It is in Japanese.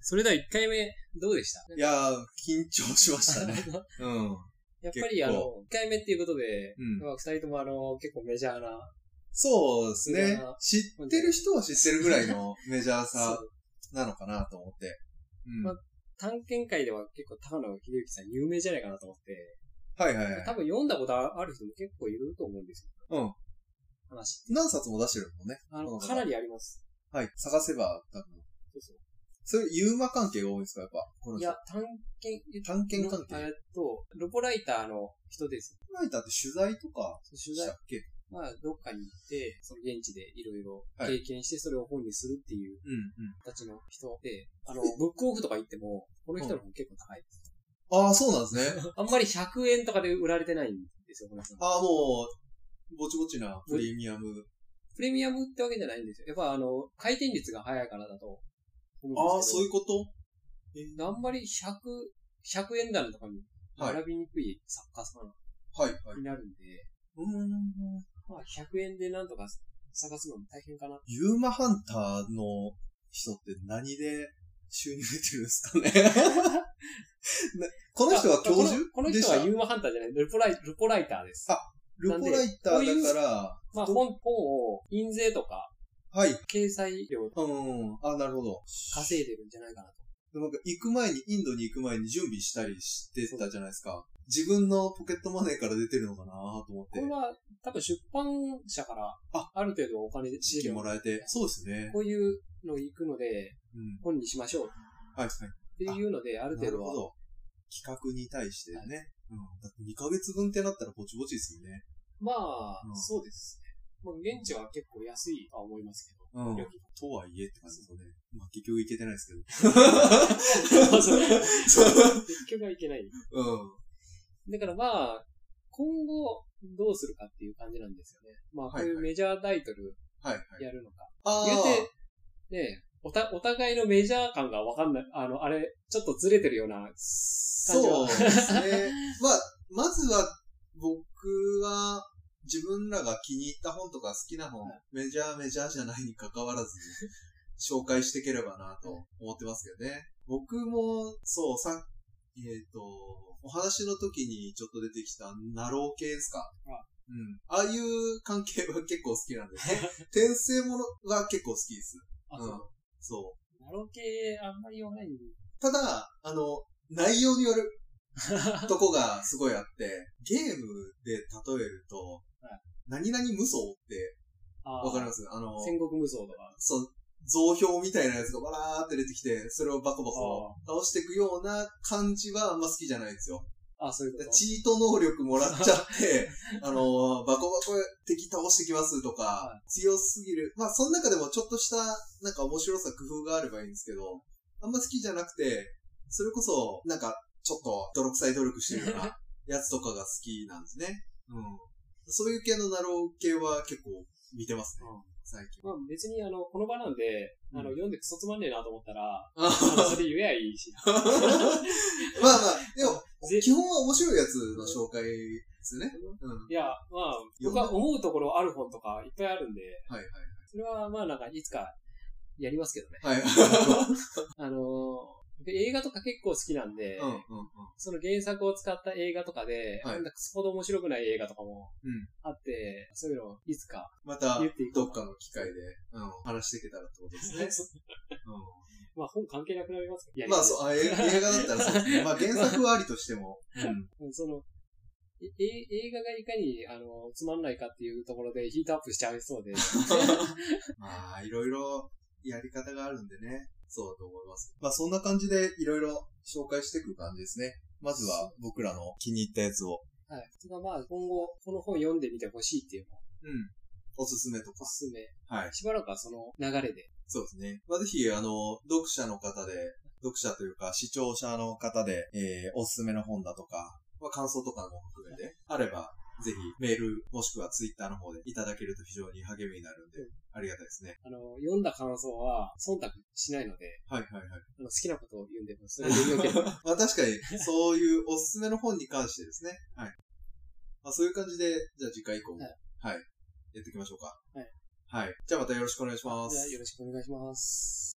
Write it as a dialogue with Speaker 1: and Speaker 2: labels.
Speaker 1: それでは1回目、どうでした
Speaker 2: いやー、緊張しまし たね。
Speaker 1: や
Speaker 2: うん。
Speaker 1: っぱりあ
Speaker 2: 結
Speaker 1: の、1回目っていうことで、
Speaker 2: うん
Speaker 1: まあ、2人ともあの、結構メジャーな、
Speaker 2: そうです
Speaker 1: い
Speaker 2: ね
Speaker 1: や。
Speaker 2: 知ってる人は知ってるぐらいのメジャーさ
Speaker 1: そう
Speaker 2: なのかなと思って。うん。
Speaker 1: ま探検会では結構高野秀幸さん有名じゃないかなと思って、
Speaker 2: はいはいは
Speaker 1: 多分読んだことある人も結構いると思うんですよ。
Speaker 2: うん。
Speaker 1: 話。
Speaker 2: い。何冊も出してるもんね。
Speaker 1: あ
Speaker 2: そ
Speaker 1: の、
Speaker 2: うそう
Speaker 1: かなりあります。
Speaker 2: はい。探せば、多分。
Speaker 1: そうそう。
Speaker 2: そういうユーマ関係が多いんですかやっぱ。この
Speaker 1: い
Speaker 2: 人
Speaker 1: や、探検、え
Speaker 2: 探検関
Speaker 1: え
Speaker 2: 係。
Speaker 1: っと、ロボライターの人です。
Speaker 2: ライターって取材とか
Speaker 1: 取
Speaker 2: した
Speaker 1: 材
Speaker 2: っ、け
Speaker 1: まあ、どっかに行って、その現地でいろいろ
Speaker 2: は
Speaker 1: 経
Speaker 2: い
Speaker 1: 験して、それを本にするっていう
Speaker 2: うんうん。
Speaker 1: 形の人で、あの、ブックオフとか行っても、この人の本結構高いです。
Speaker 2: ああ、そうなんです ね。
Speaker 1: あんまり100円とかで売られてないんですよ、この人。
Speaker 2: ああ、もう、ぼちぼちなプレミアム。
Speaker 1: プレミアムってわけじゃないんですよ。やっぱあの、回転率が速いからだと思うんですけど。
Speaker 2: ああ、そういうことえー
Speaker 1: あんまり100、100円棚とかに
Speaker 2: はい
Speaker 1: 並びにくい作家さん
Speaker 2: はい、はい。
Speaker 1: になるんで、
Speaker 2: うーん。
Speaker 1: まあ100円でなんとか探すのも大変かな。
Speaker 2: ユーマハンターの人って何で収入出てるんですかね なこの人は教
Speaker 1: あこ
Speaker 2: 授
Speaker 1: のこの
Speaker 2: でし
Speaker 1: 人
Speaker 2: た
Speaker 1: はユーマハンターじゃない、ルポライルポライターです
Speaker 2: あ。ルポライターだから、
Speaker 1: まあ
Speaker 2: ど
Speaker 1: 本、本を印税とか、
Speaker 2: はい。
Speaker 1: 掲載料を
Speaker 2: うん。あ、なるほど。
Speaker 1: 稼いでるんじゃないかなと。
Speaker 2: でもなんか行く前に、インドに行く前に準備したりしてたじゃないですか。自分のポケットマネーから出てるのかなと思って
Speaker 1: これ。は多分出版社から
Speaker 2: あ
Speaker 1: ある程度お金で
Speaker 2: 資金もらえて。そうですね。
Speaker 1: こういうの行くので
Speaker 2: うん。
Speaker 1: 本にしましょうっ
Speaker 2: はい、は
Speaker 1: て
Speaker 2: い。
Speaker 1: いうのである
Speaker 2: な
Speaker 1: 程
Speaker 2: る
Speaker 1: 度
Speaker 2: ほ
Speaker 1: は
Speaker 2: ど。企画に対してね。うん。だって2ヶ月分ってなったらぼちぼちですよね。
Speaker 1: まあ、
Speaker 2: うん
Speaker 1: そうですね。まあ、現地は結構安いとは思いますけ
Speaker 2: うん
Speaker 1: 料金。
Speaker 2: とはいえって感じですよね。まあ結局行けてない ですけど。
Speaker 1: ど。結局はいけない。
Speaker 2: うん。
Speaker 1: だからまあ、今後どうするかっていう感じなんですよね。まあ、こうい
Speaker 2: はいうはい
Speaker 1: メジャータイトル
Speaker 2: はい、はい。
Speaker 1: やるのか。
Speaker 2: あー
Speaker 1: 言うて、ねおた、お互いのメジャー感がわかんない。あの、あれ、ちょっとずれてるような。
Speaker 2: そうですね。まあ、まずは、僕は、自分らが気に入った本とか好きな本、メジャーメジャーじゃないに関わらず、紹介していければなと思ってますけどね。僕も、そう、さえっ、と、お話の時にちょっと出てきた、ナロー系ですか。
Speaker 1: あ
Speaker 2: うん。ああいう関係は結構好きなんで、 転生ものが結構好きです。
Speaker 1: あ、そう。
Speaker 2: そう。
Speaker 1: ナロ系あんまり言わないんで。
Speaker 2: ただ、あの、内容 によるとこがすごいあって、ゲームで例えると、
Speaker 1: は
Speaker 2: 何々無双って
Speaker 1: あ
Speaker 2: わかりますあの、
Speaker 1: 戦国無双とか。
Speaker 2: そう、造票みたいなやつがわらーって出てきて、それをバコバコ倒していくような感じはあんま好きじゃないんですよ。
Speaker 1: あ、そういうこと。
Speaker 2: チート能力もらっちゃって、あの、バコバコ敵倒してきますと
Speaker 1: は
Speaker 2: か、強すぎる。まあ、その中でもちょっとした、なんか面白さ、工夫があればいいんですけど、あんま好きじゃなくて、それこそ、なんか、ちょっと泥臭い努力してるような やつとかが好きなんですね。うん。そういう系のナロー系は結構見てますね、
Speaker 1: うん
Speaker 2: 最近。
Speaker 1: まあ別にあの、この場なんで、あの、
Speaker 2: うん
Speaker 1: 読んでクソつまんねえなと思ったら、
Speaker 2: まあ
Speaker 1: あのそれ言えばいいし。
Speaker 2: まあ、でも、
Speaker 1: ぜ
Speaker 2: 基本は面白いやつの紹介ですね。うん。
Speaker 1: いや、まあ、僕は思うところある本とかいっぱいあるんで、
Speaker 2: はい
Speaker 1: それはまあなんかいつかやりますけどね。
Speaker 2: は い。はい。
Speaker 1: あのー、僕映画とか結構好きなんで、
Speaker 2: うんうんうん。
Speaker 1: その原作を使った映画とかで、
Speaker 2: はい
Speaker 1: なんだクソほど面白くない映画とかも
Speaker 2: うん
Speaker 1: あって、そういうのをいつか、
Speaker 2: また
Speaker 1: 言ってい、こ
Speaker 2: ど
Speaker 1: う
Speaker 2: っかの機会で、うん、話していけたらってことですね。う
Speaker 1: まあ本関係なくなりますけど、や
Speaker 2: ん、
Speaker 1: りま
Speaker 2: まあ、
Speaker 1: す
Speaker 2: そう、あえ映画だったらそうですね。まあ、原作はありとしても。うん。
Speaker 1: うんその、ええ映画がいかに、あの、つまんないかっていうところでヒートアップしちゃい そうで、
Speaker 2: まあ、いろいろやり方があるんでね。そうだと思います。まあ、そんな感じで、いろいろ紹介していく感じですね。まずは、僕らの気に入ったやつを。
Speaker 1: はい。それがまあ、今後、この本読んでみてほしいっていうのを
Speaker 2: うん。おすすめとか
Speaker 1: お。すすめ。
Speaker 2: はい。
Speaker 1: しばらくはその流れで。
Speaker 2: そうですね。まあ、ぜひ、あの、読者の方で、読者というか、視聴者の方で、えー、おすすめの本だとか、まあ、感想とかも含めて、あれば、ぜひ、メール、もしくはツイッターの方でいただけると非常に励みになるんで
Speaker 1: うん、
Speaker 2: ありがたいですね。
Speaker 1: あの、読んだ感想は、忖度しないので、
Speaker 2: はいはいはい。
Speaker 1: あの好きなことを言うんで、それでよ ければ。
Speaker 2: まあ、確かに、そういうおすすめの本に関してですね。はい。まあ、そういう感じで、じゃあ次回以降も、
Speaker 1: は
Speaker 2: はいい、やっていきましょうか。
Speaker 1: はい。
Speaker 2: はい。じゃあまたよろしくお願いしま
Speaker 1: じゃあ
Speaker 2: す。
Speaker 1: よろしくお願いします。